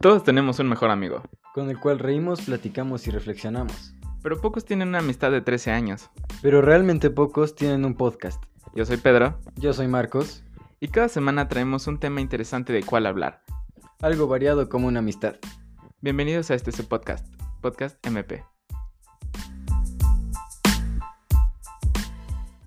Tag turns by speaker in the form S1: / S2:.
S1: Todos tenemos un mejor amigo,
S2: con el cual reímos, platicamos y reflexionamos.
S1: pero pocos tienen una amistad de 13 años.
S2: Pero realmente pocos tienen un podcast.
S1: Yo soy Pedro
S2: Yo soy Marcos,
S1: y cada semana traemos un tema interesante de cuál hablar.
S2: algo variado como una amistad.
S1: Bienvenidos a este su podcast, Podcast MP.